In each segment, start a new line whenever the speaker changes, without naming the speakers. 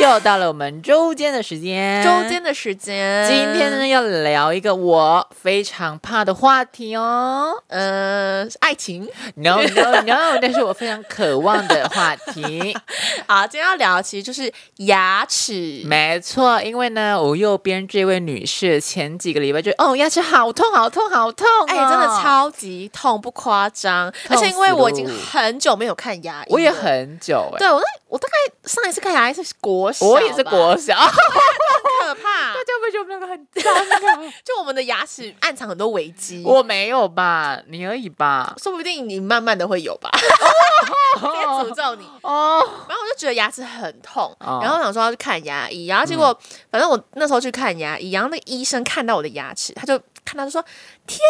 又到了我们周间的时间，
周间的时间，
嗯今天呢要聊一个我非常怕的话题哦。
呃，爱情
No no no，但是我非常渴望的话题。
好，今天要聊其实就是牙齿，
没错，因为呢，我右边这位女士前几个礼拜就哦牙齿好痛好痛好痛、哦，
哎、真的。超级痛，不夸张。而且因为我已经很久没有看牙医了，
我也很久哎、
对我大我大概上一次看牙医是国小吧，
我也是国小，
可怕，
家不觉得我们两个很脏啊？
就我们的牙齿暗藏很多危机。
我没有吧，你而已吧。
说不定你慢慢的会有吧， 直接诅咒你。
哦，
然后我就觉得牙齿很痛，
哦嗯
然后我想说要去看牙医，然后结果、反正我那时候去看牙医，然后那个医生看到我的牙齿，他就看到就说：“天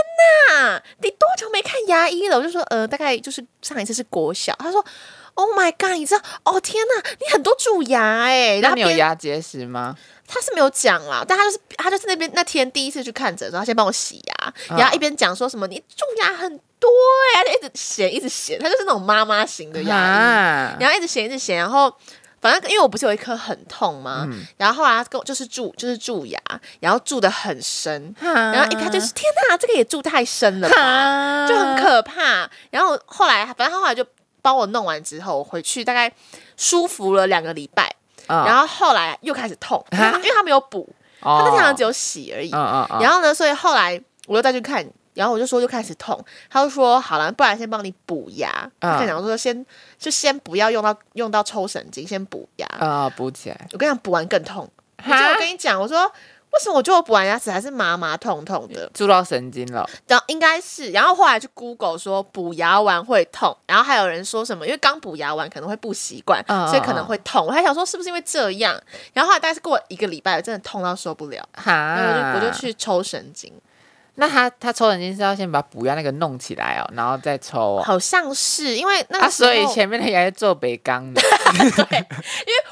哪，你多久没看牙医了？”我就说：“呃，大概就是上一次是国小。”他说：“Oh my god，你知道？哦天哪，你很多蛀牙哎、然
那
后
你有
边
牙结石吗？
他是没有讲啦，但他就是他就是那边那天第一次去看诊的时候，他先帮我洗牙，
嗯
然后一边讲说什么你蛀牙很多哎、他就一直嫌一直嫌，他就是那种妈妈型的牙医，
啊，
然后一直嫌一直嫌，然后反正因为我不是有一颗很痛吗？
嗯
然后后来他跟我就是蛀就是蛀牙，然后蛀的很深，
然哎
然后一他就是天哪，这个也蛀太深了吧，
啊
就很可怕。然后后来反正他后来就帮我弄完之后，我回去大概舒服了两个礼拜。然
后
后后来又开始痛，因为他
啊
因为他没有补，
哦
他那天好像只有洗而已。
嗯嗯嗯，
然后呢，所以后来我又再去看，然后我就说又开始痛，他就说好了，不然先帮你补牙。
嗯
他跟讲说先就先不要用到用到抽神经，先补牙。
啊补起来，
我跟你讲，补完更痛。
哈
我就我跟你讲，我说为什么我觉得我补完牙齿还是麻麻痛痛的？
蛀到神经了，
然后应该是，然后后来去 Google 说补牙完会痛，然后还有人说什么，因为刚补牙完可能会不习惯，
嗯
所以可能会痛。我还想说是不是因为这样，然后后来大概是过了一个礼拜，我真的痛到受不了，然
哈，
后我就我就。去抽神经，
那他他抽神经是要先把补药那个弄起来哦，然后再抽哦。
好像是因为那
啊，
个时候、
所以前面的牙是做北钢 的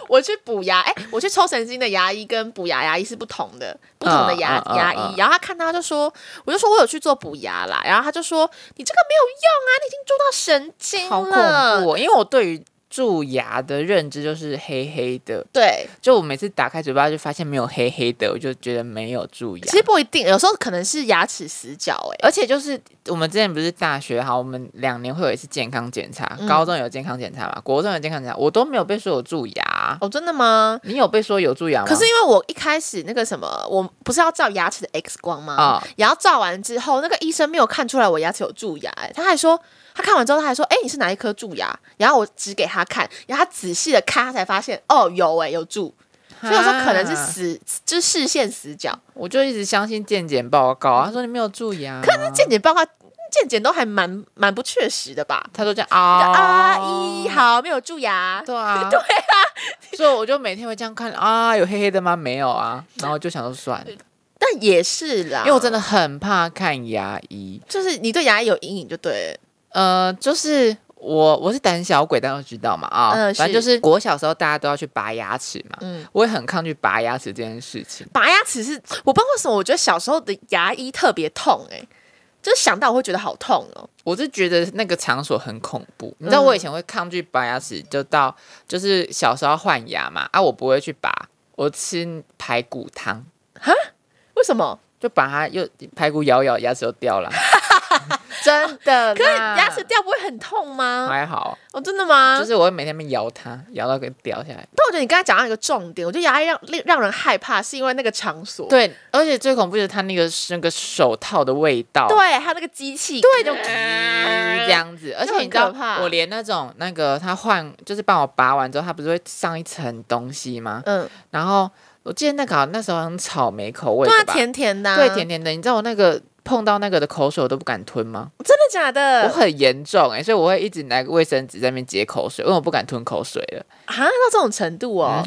我去补牙，哎、我去抽神经的牙医跟补牙牙医是不同的，不同的牙、
嗯嗯嗯
牙
嗯
医。然后他看到他就说，我就说我有去做补牙啦，然后他就说你这个没有用啊，你已经做到神经了，
好恐怖、哦！因为我对于蛀牙的认知就是黑黑的，
对，
就我每次打开嘴巴就发现没有黑黑的，我就觉得没有蛀牙。
其实不一定，有时候可能是牙齿死角、哎。
而且就是我们之前不是大学好，我们两年会有一次健康检查，
嗯
高中有健康检查嘛，国中有健康检查，我都没有被说有蛀牙。
哦，真的吗？
你有被说有蛀牙吗？
可是因为我一开始那个什么，我不是要照牙齿的 X 光吗？
啊
然后照完之后，那个医生没有看出来我牙齿有蛀牙、哎，他还说，他看完之后他还说，哎、你是哪一颗蛀牙？然后我指给他看，然后他仔细的看，他才发现，哦，有哎、有蛀，所以我说可能是
啊
死，就是视线死角。
我就一直相信健检报告，啊他说你没有蛀牙，
可是健检报告，健检都还蛮蛮不确实的吧？
他都这样
就
啊
啊，一好没有蛀牙，
对啊， 对啊，所以我就每天会这样看啊，有黑黑的吗？没有 啊，然后就想说算了，
但也是啦，
因为我真的很怕看牙医，
就是你对牙医有阴影就对了。
呃，就是。我我是胆小鬼，大家都知道嘛啊，
嗯
反正
是
就是我小时候大家都要去拔牙齿嘛，
嗯，
我也很抗拒拔牙齿这件事情。
拔牙齿是我不知道为什么，我觉得小时候的牙医特别痛、欸，就是想到我会觉得好痛哦。
我是觉得那个场所很恐怖，你知
嗯
道我以前会抗拒拔牙齿，就到就是小时候要换牙嘛，啊，我不会去拔，我吃排骨汤，
为什么？
就把它又排骨咬咬，牙齿就掉 了，真的啦。
可是牙齿掉不会很痛吗？
还好，
哦，真的吗？
就是我会每天被摇它，摇到给掉下来。
但我觉得你刚才讲到一个重点，我觉得牙医让令让人害怕，是因为那个场所，
对，而且最恐怖就是它那个那个手套的味道。
对，还有那个机器，对，就
这样子，而且你知
就
道
很可怕，
我连那种那个他换，就是帮我拔完之后，他不是会上一层东西吗？
嗯，
然后我记得那个好像那时候好像草莓口味
对
的
啊，
吧，
甜甜的、
对，甜，甜的。你知道我那个碰到那个的口水我都不敢吞吗？
真的假
我
的？
很严重哎、所以我会一直拿个卫生纸在那边解口水，因为我不敢吞口水了。
啊，到这种程度哦。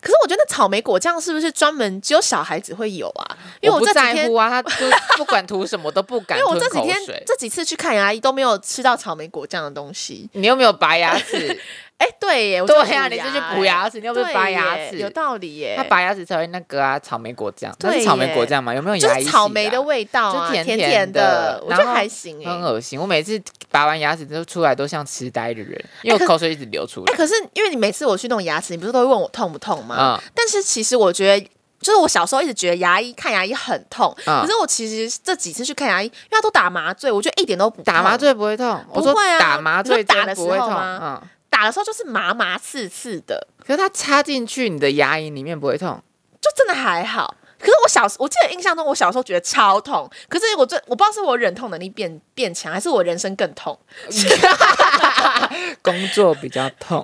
可是我觉得那草莓果酱是不是专门只有小孩子会有啊？因为
我
我
不
这几
在
天
乎啊，他就 不管涂什么都不敢
因为我
吞
这几
口
天
水。
这几次去看牙医都没有吃到草莓果酱的东西。
你又没有拔牙齿，
哎，对耶，我
对
就
呀、
补
你就去
牙
补
哎
牙齿，你又不是拔牙
对耶
齿，
有道理耶。
他拔牙齿才会那个啊，草莓果酱，那
对
是草莓果
耶
酱吗？有没有
就
牙医
是
系
草莓
啊
的味道啊，
就甜
甜
甜
的
的，
我觉得
然后
还行
很
哎。
恶心。我每次拔完牙齿之后出来都像痴呆的人，因
哎
为
可
我口水一直流出
哎，
来。
可是因为你每次我去弄牙齿，你不是都会问我痛不痛
嗯
吗？但是其实我觉得，就是我小时候一直觉得牙医看牙医很痛，
嗯
可是我其实这几次去看牙医，因为他都打麻醉，我觉得一点都不痛
打麻醉不会痛，我
哦不
说
会啊
打麻
你说
醉
打
针
的
不
时
会
候
痛，
吗
嗯，
打的时候就是麻麻刺刺的，
可是它插进去你的牙龈里面不会痛，
就真的还好。可是我小时，我记得印象中，我小时候觉得超痛。可是我最我不知道是我忍痛能力变变强，还是我人生更痛。
工作比较痛。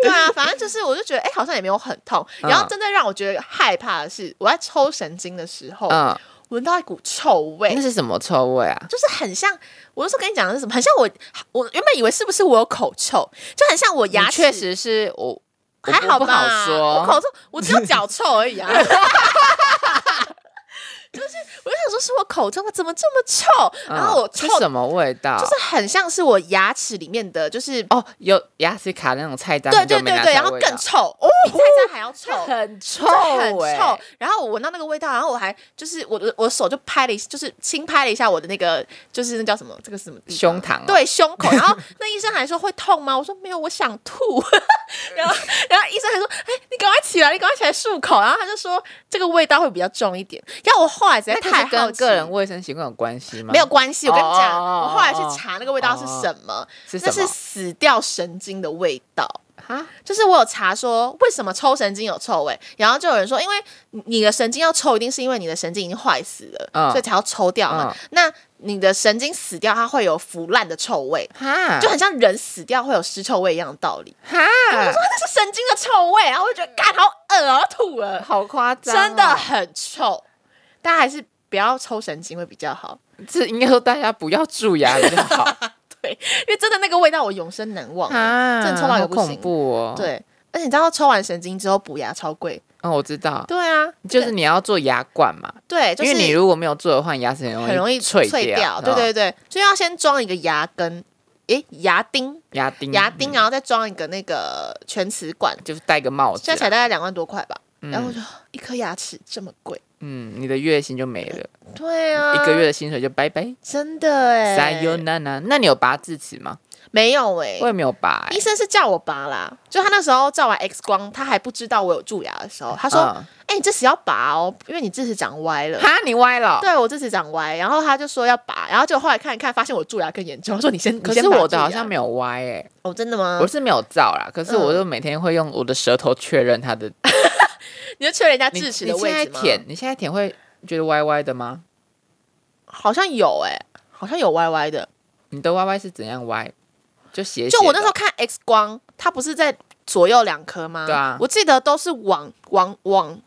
对啊，反正就是我就觉得，哎、好像也没有很痛。
嗯
然后真的让我觉得害怕的是，我在抽神经的时候，
嗯，
闻到一股臭味。
那是什么臭味啊？
就是很像，我那时候跟你讲的是什么？很像我， 我原本以为是不是我有口臭，就很像我
你
牙齿
确实是我，我
还
不
好吧，
不好
我口
说。
臭，我只有脚臭而已啊。 就是我就想说，是我口臭吗？怎么这么臭？
嗯
然后我
是
臭，就
什么味道？
是很像是我牙齿里面的，就是
哦，有牙齿卡那种菜单，
对
你就
对
没
对
拿
对，
出来
然后
味
更
道
臭，哦，比菜单还要臭。
很臭
就很
欸
臭，然后我闻到那个味道，然后我还就是我的我手就拍了一，就是轻拍了一下我的那个，就是那叫什么，这个是什么地方
胸膛哦
对胸口。然后那医生还说会痛吗？我说没有，我想吐。 然后然后医生还说，哎、你赶快起来，你赶快起来漱口。然后他就说这个味道会比较重一点。然后我后来实在
那它
太
是
好
跟
奇
个人卫生习惯有关系吗？
没有关系，我跟你讲，
哦哦哦
我后来去查那个味道是
哦
什么，
是什么？
那是死掉神经的味道。
哈
就是我有查说为什么抽神经有臭味，然后就有人说，因为你你的神经要抽，一定是因为你的神经已经坏死了，
嗯
所以才要抽掉嘛。那你的神经死掉，它会有腐烂的臭味，
哈，
就很像人死掉会有尸臭味一样的道理。
哈，
哇，那是神经的臭味，然后我就觉得干好恶啊，吐了，
好夸张哦、
真的很臭。大家还是不要抽神经会比较好，
这应该说大家不要蛀牙比较 好
因为真的那个味道我永生难忘。
啊
真的臭到一
好
个不行
恐怖哦。，
对，而且你知道抽完神经之后补牙超贵。
嗯，我知道，
对啊，
就是你要做牙冠嘛，
对，就是
因为你如果没有做的话，你牙齿很容易
很容易
脆
掉，对
嗯
对对，所以要先装一个牙根，诶，牙钉，
牙钉
牙钉，
嗯
然后再装一个那个全瓷管，
就是戴个帽子
现在才
啊，
大概两万多块吧。然后我
嗯
就一颗牙齿这么贵，
嗯，你的月薪就没了，
对
嗯
啊，
一个月的薪水就拜拜。
真的哎，
塞尤娜娜，那你有拔智齿吗？
没有哎
我。也没有拔、
医
欸。
生是叫我拔啦，就他那时候照完 X 光，他还不知道我有蛀牙的时候，他说：“
嗯
哎、你智齿要拔哦，因为你智齿长歪了。
哈，你歪了哦。
对我智齿长歪，然后他就说要拔，然后就后来看一看，发现我蛀牙更严重，他说：“你先，你
可
先
是
拔
我
蛀
的好
牙
像没有歪哎、
哦，真的吗？
我是没有照啦，可是
嗯
我就每天会用我的舌头确认它的
你就确认人家
你
智齿的位
你
置
现
吗？
在舔，你现在舔会觉得歪歪的吗？
好像有哎、好像有歪歪的。
你的歪歪是怎样歪？就斜斜
就我那时候
候
看 X 光，它不是在左右两颗吗？
对啊
我记得都是往往往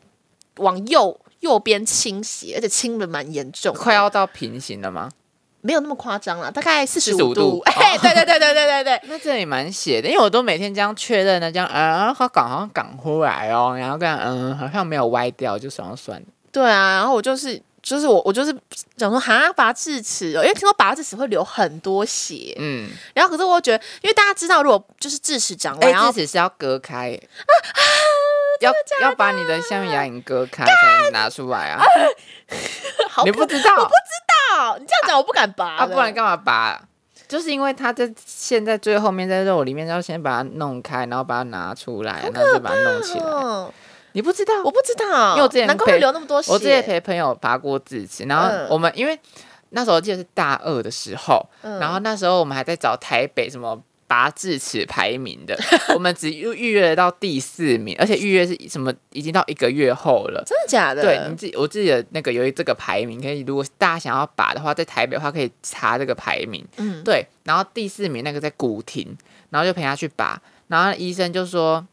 往右右边倾斜，而且倾的蛮严重的，
快要到平行了吗？
没有那么夸张了，大概四十
45
度
度。
哎、 对对对对对对对。
那这里蛮斜的，因为我都每天这样确认的，这样嗯，它港好像港出来哦，然后这样嗯，好像没有歪掉，就算了算了。
对啊，然后我就是就是我我就是想说，哈，拔智齿哦，因为听说拔智齿会流很多血，
嗯，
然后可是我觉得，因为大家知道，如果就是智齿长歪，
哎、
然后
智齿是要割开、欸，要要把你的下面牙龈割开才能拿出来啊！
好
你
可
不知道
怕，你这样讲我不敢拔了、
啊？不然干嘛拔？啊就是因为它在现在最后面在肉里面，要先把它弄开，然后把它拿出来，然后再把它弄起来。
嗯，
你不知道，
我不知道，
哦因为我之前
难怪
陪
会流那么多血。
我之前陪朋友拔过智齿，然
嗯
后我们、因为那时候我记得是大二的时候，
嗯
然后那时候我们还在找台北什么。拔智齿排名 的，我们只预预约到第四名，而且预约是什么已经到一个月后了。
真的假的？
对，你自己我自己的那个由于这个排名，可以如果大家想要拔的话，在台北的话可以查这个排名。
嗯，
对，然后第四名那个在古亭，然后就陪他去拔，然后医生就说。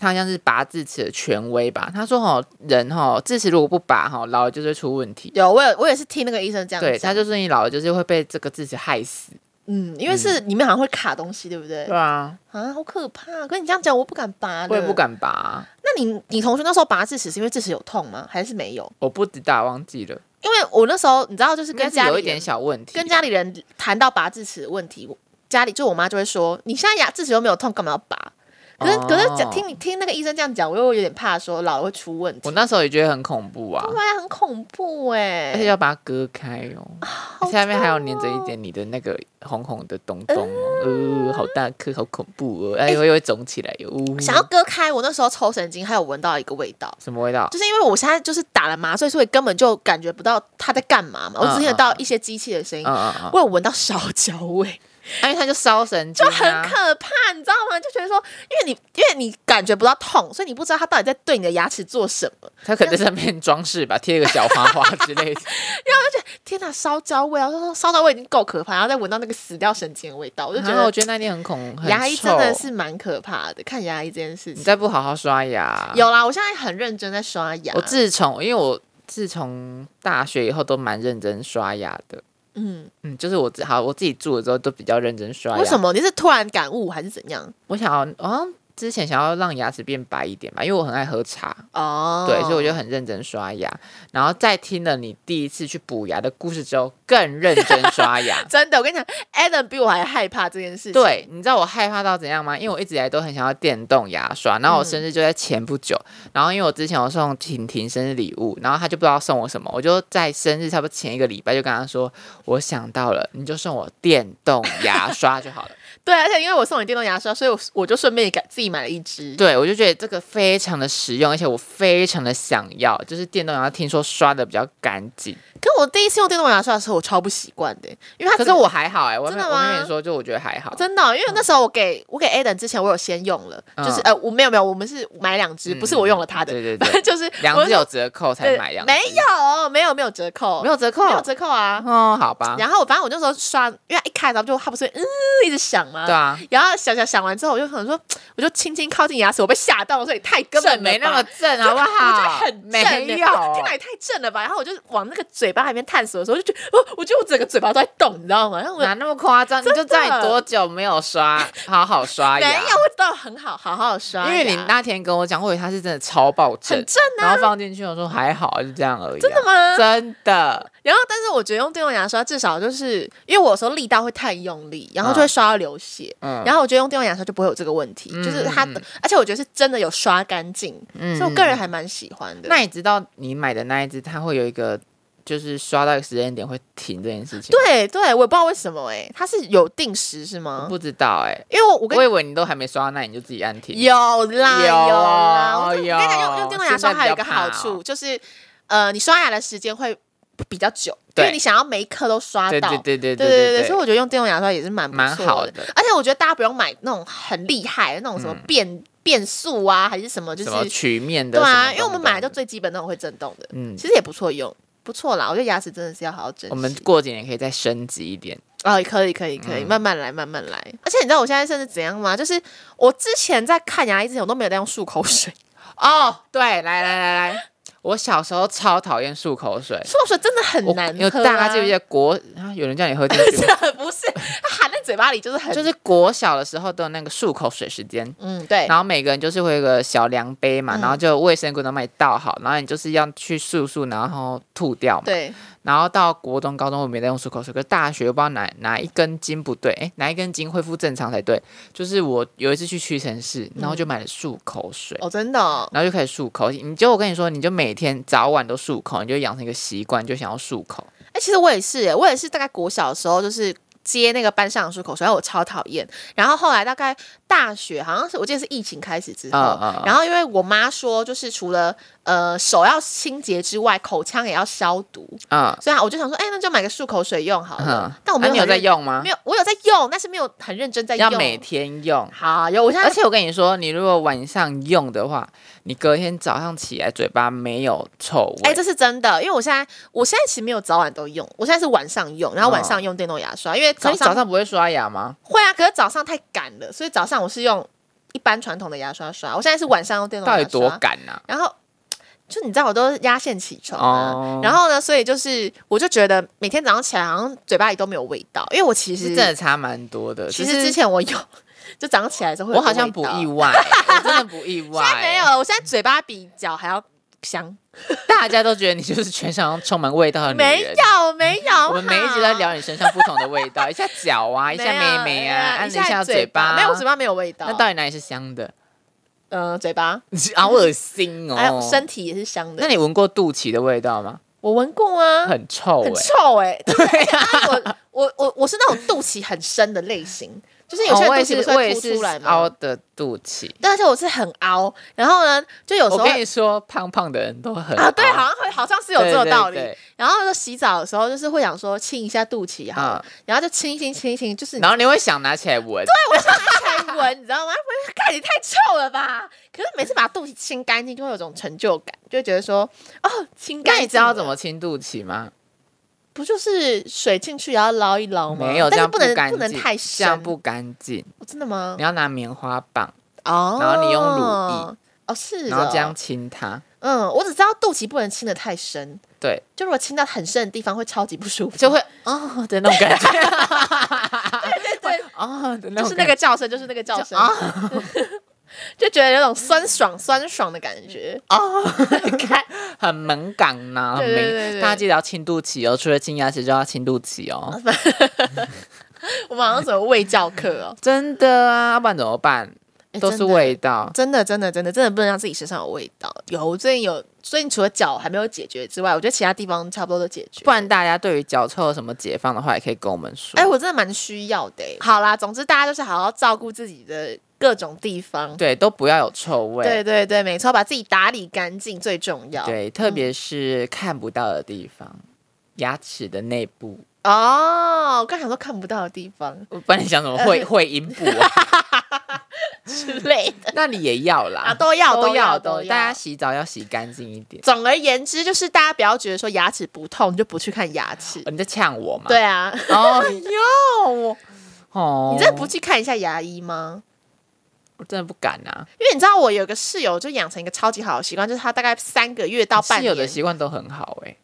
他好像是拔智齿的权威吧？他说：“哦，人哦，智齿如果不拔哈，老了就是会出问题。
有我有我也是听那个医生这样
对，
讲
他就说你老了就是会被这个智齿害死。
嗯，因为是里面好像会卡东西，对不对？
啊，
啊，好可怕！可是你这样讲，我不敢拔，
我也不。敢拔，
那你你同学那时候拔智齿是因为智齿有痛吗？还是没有？
我不知道，忘记了，
因为我那时候你知道，就是
应该
跟
是
家
有
里
一点
人
小问题。
跟家里人谈到拔智齿的问题，我家里就我妈就会说，你现在牙智齿又没有痛，干嘛要拔？可是、
哦
可是讲听你听那个医生这样讲，我又有点怕说老了会出问题。
我那时候也觉得很恐怖啊，
对啊，很恐怖哎、
而且要把它割开哦，
啊
而且下面还有粘着
哦
一点你的那个红红的东东哦，呃，好大颗，好恐怖哦，哎呦，又会肿起来哟，呜
想要割开，我那时候抽神经，还有闻到一个味道，
什么味道？
就是因为我现在就是打了麻醉，所以根本就感觉不到他在干嘛嘛，
啊
我只听得到一些机器的声音，
嗯嗯嗯，
我有闻到烧焦味，
因为它就烧神经啊，
就很可怕，你知道吗？就觉得说，因为你因为你感觉不到痛，所以你不知道他到底在对你的牙齿做什么。
它可能在上面装饰吧，贴个小花花之类的，
天哪，烧焦味啊！我就说烧焦味已经够可怕，然后再闻到那个死掉神经的味道， 我就觉
然后啊我
得
觉得那天很恐，很
牙医真的
臭
是蛮可怕的。看牙医这件事
你
情，
再不好好刷牙，
有啦，我现在很认真在刷牙。
我自从因为我自从大学以后都蛮认真刷牙的，
嗯，
嗯，就是我自好我自己住了之后都比较认真刷牙。
为什
么？
么你是突然感悟还是怎样？
我想要好像之前想要让牙齿变白一点吧，因为我很爱喝茶，
哦，。
对，所以我就很认真刷牙。然后在听了你第一次去补牙的故事之后，更认真刷牙
真的，我跟你讲，Adam 比我还害怕这件事情。
对，你知道我害怕到怎样吗？因为我一直以来都很想要电动牙刷，然后我
嗯
生日就在前不久，然后因为我之前有送婷婷生日礼物，然后她就不知道送我什么，我就在生日差不多前一个礼拜就跟她说，我想到了，你就送我电动牙刷就好了。
对，而且因为我送你电动牙刷，所以我我就顺便也给自己买了一支。
对，我就觉得这个非常的实用，而且我非常的想要，就是电动牙刷听说刷的比较干净，
可我第一次用电动牙刷的时候，我超不习惯的，因为它
可
真
是
的
我还好哎、我还
真
没
的
我没跟
吗
你说，就我觉得还好。
真的哦、因为那时候我给我给 Adam 之前，我有先用了，就是
嗯
呃，我没有没有，我们是买两支，不是我用了他的，
对对
反
对，
正就是
两
我
只
就
有折扣才
对
买两只，
没有没有没有折扣，
没有折扣
没有折扣啊。
哦，好吧，
然后我反正我那时候刷，因为一开闸就它不是会嗯一直响吗？
对啊。
然后想想想完之后，我就可能说，我就轻轻靠近牙齿，我被吓到了，所以太根本
正没那么
正，
正，好不
我觉得
好？
很
没
正欸，
有，
天哪，也太正了吧！然后我就往那个嘴巴里面探索的时候，我就觉得， 哦，我觉得我整个嘴巴都在动，你知道吗？然后我
哪那么夸张？你
真的
就知道你多久没有刷，好好刷
没
牙
有，。我都很好，好好刷
因
牙，
为你那天跟我讲，我以为他是真的超爆正
很，正
然
啊，
后放进去我说还好，就这样而已啊。
真的吗？
真的，
然后，但是我觉得用电动牙刷，至少就是因为我有时候力道会太用力，然后就会刷到流血。
嗯，
然后我觉得用电动牙刷就不会有这个问题，
嗯
就是它的，而且我觉得是真的有刷干净，
嗯
所以我个人还蛮喜欢的。
那你知道你买的那一只，它会有一个就是刷到一个时间点会停这件事情？，
对对，我也不知道为什么哎、它是有定时是吗？
不知道哎，
因为啊我我跟
我以为你都还没刷，那你就自己按停。
有啦
有
啦，
哦
我就我跟你讲，用
有
用电动牙刷还有一个好
现在比较怕
处就是，呃，你刷牙的时间会比较久，因
对
为你想要每一颗都刷
对
到
对。对对
对对对，所以我觉得用电动牙刷也是蛮不
蛮
错
好
的，
的。
而且我觉得大家不用买那种很厉害的那种什么
嗯
变、变速啊，还是什么，就
什么
是
曲面的
对
什么东
啊，
东？
因为我们买的就最基本那种会震动的，
嗯，
其实也不错用，不错啦。我觉得牙齿真的是要好好珍惜。
我们过几年可以再升级一点。
哦，可以可以可以，
嗯
慢慢来慢慢来。而且你知道我现在甚至怎样吗？就是我之前在看牙医之前，我都没有在用漱口水，
哦，对，来来来来，我小时候超讨厌漱口水，
漱口水真的很
我
难喝、
有
啊。
大家记不记得国啊？有人叫你喝进 去吗？
这不是它含在嘴巴里就是很
就是国小的时候都有那个漱口水时间，
嗯对
然后每个人就是会有一个小量杯嘛，
嗯
然后就卫生棍都帮你倒好，然后你就是要去漱漱，然后吐掉嘛。
对，
然后到国中、高中我没在用漱口水，可是大学我不知道哪哪一根筋不对，哎，哪一根筋恢复正常才对。就是我有一次去屈臣氏，
嗯
然后就买了漱口水，
哦真的哦、
然后就开始漱口。你就我跟你说，你就每天早晚都漱口，你就养成一个习惯，就想要漱口。
哎、其实我也是、欸，我也是大概国小的时候就是。接那个班上的漱口水，然后我超讨厌。然后后来大概大学，好像是我记得是疫情开始之后，
嗯嗯嗯
然后因为我妈说，就是除了呃手要清洁之外，口腔也要消毒，
嗯，
所以我就想说，哎、那就买个漱口水用好了。
嗯
但我没
啊
有
你有
很
在
认、
用吗
没？有，我有在用，但是没有很认真在用。
要每天用。
好有，我现在
而且我跟你说，你如果晚上用的话，你隔天早上起来嘴巴没有臭味。
哎、这是真的，因为我现在我现在其实没有早晚都用，我现在是晚上用，然后晚上用电动牙刷，因为
可
早
你嗯
上
早上不会刷牙吗？
会啊，可是早上太赶了，所以早上我是用一般传统的牙刷刷，我现在是晚上用电动
到
牙
底
刷，
多赶啊呐、
然后。就你知道，我都是压线起床啊
哦
然后呢，所以就是我就觉得每天早上起来好像嘴巴里都没有味道，因为我其
其实
实
真的差蛮多的。
其
就
实
是
之前我有， 就早上起来的时候会有
我好像
味
不
道
意外，我真的不意外。
现在没有，了，我现在嘴巴比脚还要香。
大家都觉得你就是全身上充满味道的女
没
人。
有，没有，
我们每一集都在聊你身上不同的味道，一下脚啊，
好
一下妹妹啊，
没有
按
一
了一下
嘴
巴，
没有，我嘴巴没有味道。
那到底哪里是香的？
呃，嘴巴，
好恶心哦！
还有身体也是香
那
的。
你闻过肚脐的味道吗？
我闻过啊，
很臭哎、
嗯 很臭哎、就是啊我我我我是那种肚脐很深的类型，就是有
哦
些人
我
肚
也
脐
是
不是
我
会
也
凸
是
出来
凹
吗？
的肚脐。
对，而且我是很凹，然后呢，就有时
我
候
跟你说，胖胖的人都很
啊，对，
凹
好像会好像是有这个道理。
对对
然后就洗澡的时候，就是会想说亲一下肚脐哈、
啊
然后就亲一亲亲一亲，就是
对
你
然后你会想拿起来闻，
才闻，你知道吗？我看你太臭了吧！可是每次把肚脐清干净，就会有种成就感，就会觉得说哦，清干
那
净。
你知道怎？么清肚脐吗？
不就是水进去也要捞一捞吗？
没有，这
但是
样
不能
干
不
净，
能太
这
深。
样不干净。
哦真的吗
你？要拿棉花棒，
哦，
然后你用乳液，
哦是，
然后这样，亲它。
嗯，我只知道肚脐不能亲的太深，
对，
就如果亲到很深的地方会超级不舒服，
就会哦的那种感觉，
对对，
哦的那
就
种
是那
感
个
觉，
叫声，就是那个叫
就，
声
哦
就觉得有种酸爽酸爽的感 觉，
哦很敏感 呐，很
对对对对啊
敏。大家记得要清肚脐哦，除了清牙齿就要清肚脐哦。
我们好像什么卫教课哦，
真的啊，要不然怎么办？
哎
都是。味道。
真的，真的，真的，真的真的不能让自己身上有味道。有，我最近有，最近除了脚还没有解决之外，我觉得其他地方差不多都解决。
不然大家对于脚臭有什么解放的话，也可以跟我们说。
哎、我真的蛮需要的欸、好啦，总之大家就是好好照顾自己的各种地方。
对，都不要有臭味。
对对对，没错，把自己打理干净最重要。
对，特别是看不到的地方，牙齿的内部。
哦，我刚想说看不到的地方
我本来想 怎么会会阴部啊，
之类的
那你也要
啊，
啦，
都要
都
要
都
都要。
大家洗澡要洗干净一点。
总而言之，就是大家不要觉得说牙齿不痛你就不去看牙齿
哦。你在呛我吗？。
对啊，
哦哟，哦，
你真的不去看一下牙医吗？
我真的不敢啊。
因为你知道我有个室友就养成一个超级好的习惯，就是他大概三个月到半
室友
年，
的
就
习惯都很好哎，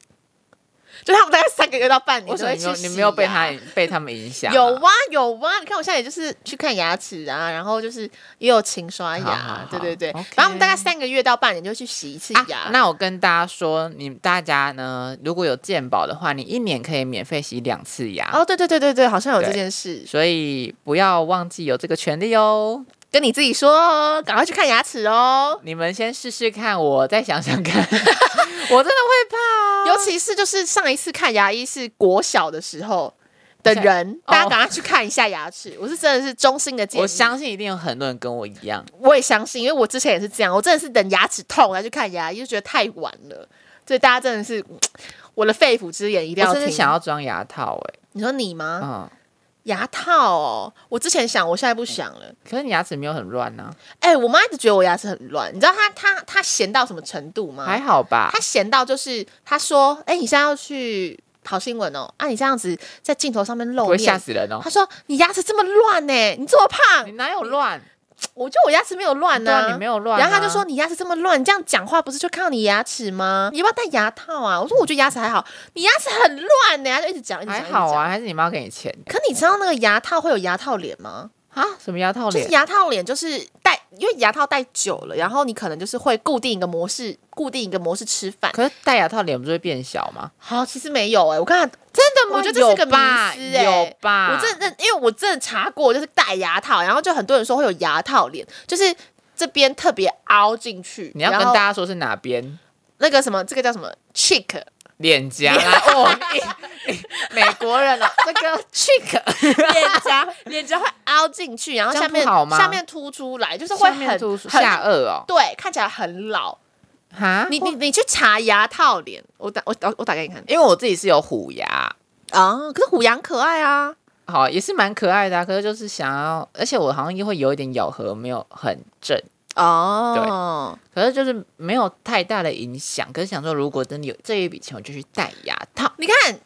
他们大概三个月到半年
为什
都
么
会
你没
去
有
洗
你没有被他
牙
被他们影响啊？
有啊有啊，你看我现在也就是去看牙齿啊，然后就是也有勤刷牙，
好好好
对对对。
OK
然后我们大概三个月到半年就去洗一次牙。
啊。那我跟大家说，你大家呢，如果有健保的话，你一年可以免费洗两次牙，
哦，对对对对对，好像有这
对
件事，
所以不要忘记有这个权利哦。
跟你自己说哦，赶快去看牙齿哦。
你们先试试看，我再想想看，我真的会怕、
尤其是就是上一次看牙医是国小的时候的人，
我
大
现在
家赶快去看一下牙齿。我是真的是衷心的 建议，
哦我相信一定有很多人跟我一样，
我也相信，因为我之前也是这样，我真的是等牙齿痛才去看牙医，就觉得太晚了。所以大家真的是我的肺腑之言一定要
我
听。
甚至想要装牙套、
你说你吗？
哎，嗯，
牙套哦，我之前想，我现在不想了。
可是你牙齿没有很乱啊呢、
哎、我妈一直觉得我牙齿很乱，你知道她她她闲到什么程度吗？
还好吧
她？闲到就是她说，哎、你现在要去跑新闻哦，啊，你这样子在镜头上面
不
露
会吓
面。
死人哦
她。说：“你牙齿这么乱呢、欸你这么胖
你，哪有乱？
我觉得我牙齿没有乱
对
呢、
啊，你没有乱、啊。
然后他就说：“你牙齿这么乱，你这样讲话不是就看到你牙齿吗？你要不要戴牙套啊？”我说：“我觉得牙齿还好，你牙齿很乱呢、他就一直讲，一直讲，
还好啊，
一直
还是你妈给你钱
讲。可你知道那个牙套会有牙套脸吗？
啊？什么牙套
就
脸
是？牙套脸，就是戴，因为牙套戴久了，然后你可能就是会固定一个模式，固定一个模式吃饭。
可是戴牙套脸不是会变小吗？
好，其实没有哎、我看
真
我觉得这是个迷思哎、
有吧？
我真的，因为我真的查过，就是戴牙套，然后就很多人说会有牙套脸，就是这边特别凹进去。
你要跟
然后
大家说是哪边
那个什么，这个叫什么 cheek。
脸颊 啦？ 哦，你你美国人
啊
哦，这 个 cheek
脸颊，脸颊会凹进去，然后
这
下
样
面
不好吗
下面凸出来，就是会很很
下颚哦，
对，看起来很老。
哈，
你你你去查牙套脸，我打我打我打给你看
因为我自己是有虎牙，
啊。可是虎牙很可爱啊，
好也是蛮可爱的、啊，可是就是想要，而且我好像也会有一点咬合没有很正，
哦，
可是就是没有太大的影响。可是想说，如果真的有这一笔钱，我就去戴牙套。
你看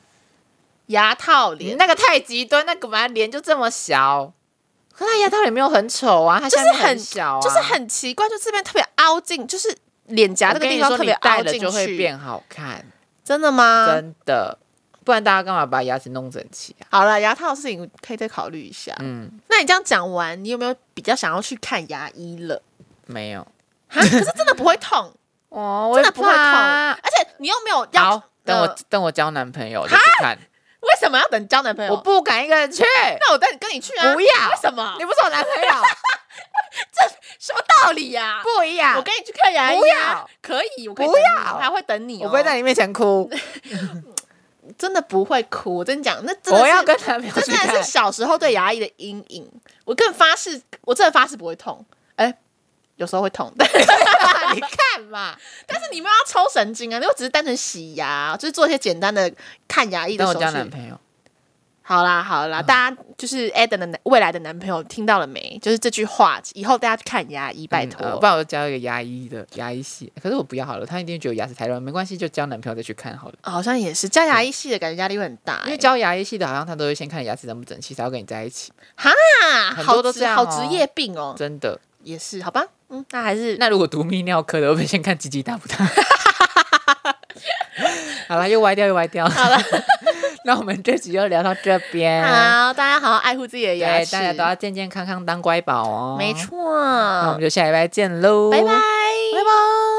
牙套
你
脸，
那个太极端，那个本来脸就这么小，可他牙套也没有很丑啊，他
就是
下面
很
小、啊，
就是很奇怪，就这边特别凹进，就是脸颊
我
那个
跟
地
你
方
说
特
你
别凹
戴了
进
就会
去。啊
变好看，
真的吗？
真的。不然大家干嘛把牙齿弄整齐啊？
好了，牙套的事情可以再考虑一下。
嗯，
那你这样讲完，你有没有比较想要去看牙医了？
没有，
哈，可是真的不会痛。
哦，我
真
也
的不会痛，
怕
而且你又没有要
好，等我、
呃
等我交男朋友我就去看，
为什么要等交男朋友？
我不敢一个人去，
那我带你跟你去啊！
不要
为什么
你？不是我男朋 友，
什么道理呀、
不一样
我，跟你去看牙医、啊，
不要，
可以，我可以
不
等你
要
我还会等你、哦。
我不会在你面前哭，
真的不会哭，我跟你讲，那真的是
我要跟男朋友
这
去
真的
看
是，小时候对牙医的阴影。我更发誓，我真的发誓不会痛。哎、有时候会痛，但
你看嘛，
但是你们要抽神经啊！你又只是单纯洗牙，就是做一些简单的看牙医的
等我
手
交男
续。
朋友，
好啦好
嗯
啦，大家就是 Adam 的男未来的男朋友听到了没？就是这句话，以后大家去看牙医，拜
嗯
托。
呃不然我就交一个牙医的牙医系，可是我不要好了，他一定觉得我牙齿太乱，没关系，就交男朋友再去看好了。
好像也是，加牙医系的感觉压力会很大、
因为
欸
教牙医系的，好像他都会先看你牙齿整不整
哦
齐，才要跟你在一起。
啊，
很
好
多都
职
这样
好
哦
职业病哦，
真的？
也是，好吧，嗯，那还是
那如果读泌尿科的，会不会先看鸡鸡大不 大？好了，又歪掉，又歪掉。好了， 那我们这集就聊到这边。
好，大家好好爱护自己的
对，
牙齿，
大家都要健健康康当乖宝哦。
没，错，
那我们就下礼拜见喽。
拜拜，
拜拜。